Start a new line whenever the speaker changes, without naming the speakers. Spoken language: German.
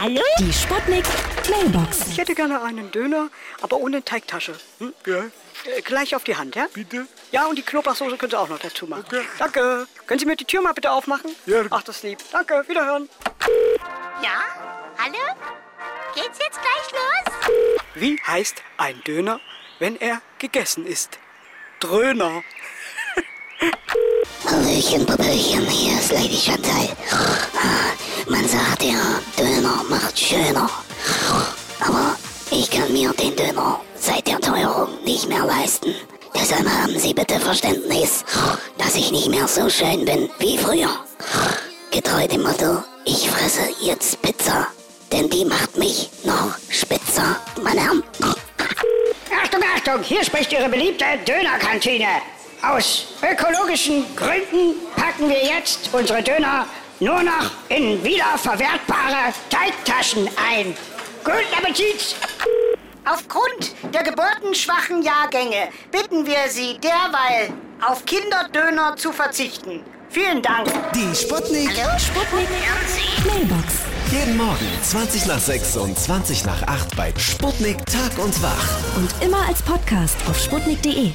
Hallo?
Die Sputnik Mailbox.
Ich hätte gerne einen Döner, aber ohne Teigtasche.
Hm? Ja,
Äh, gleich auf die Hand, ja?
bitte?
Ja, und die Knoblauchsoße können Sie auch noch dazu machen.
Okay.
Danke. Können Sie mir die Tür mal bitte aufmachen?
Ja.
Ach, das ist lieb. Danke, wiederhören.
Ja? Hallo? Geht's jetzt gleich los?
Wie heißt ein Döner, wenn er gegessen ist? Dröner.
Hallöchen, Popöchen, hier ist Lady Chantal. Ah, Man sagt ja, Döner macht schöner. Aber ich kann mir den Döner seit der Teuerung nicht mehr leisten. Deshalb haben Sie bitte Verständnis, dass ich nicht mehr so schön bin wie früher. Getreu dem Motto, ich fresse jetzt Pizza. Denn die macht mich noch spitzer, meine Herren.
Achtung, Achtung, hier spricht Ihre beliebte Dönerkantine. Aus ökologischen Gründen packen wir jetzt unsere Döner nur noch in wiederverwertbare Teigtaschen ein. Guten Appetit!
Aufgrund der geburtenschwachen Jahrgänge Äh, bitten wir Sie derweil, auf Kinderdöner zu verzichten. Vielen Dank.
Die Sputnik.
Mailbox.
Jeden Morgen 20 nach 6 und 20 nach 8 bei Sputnik Tag und Wach.
Und immer als Podcast auf E. sputnik.de.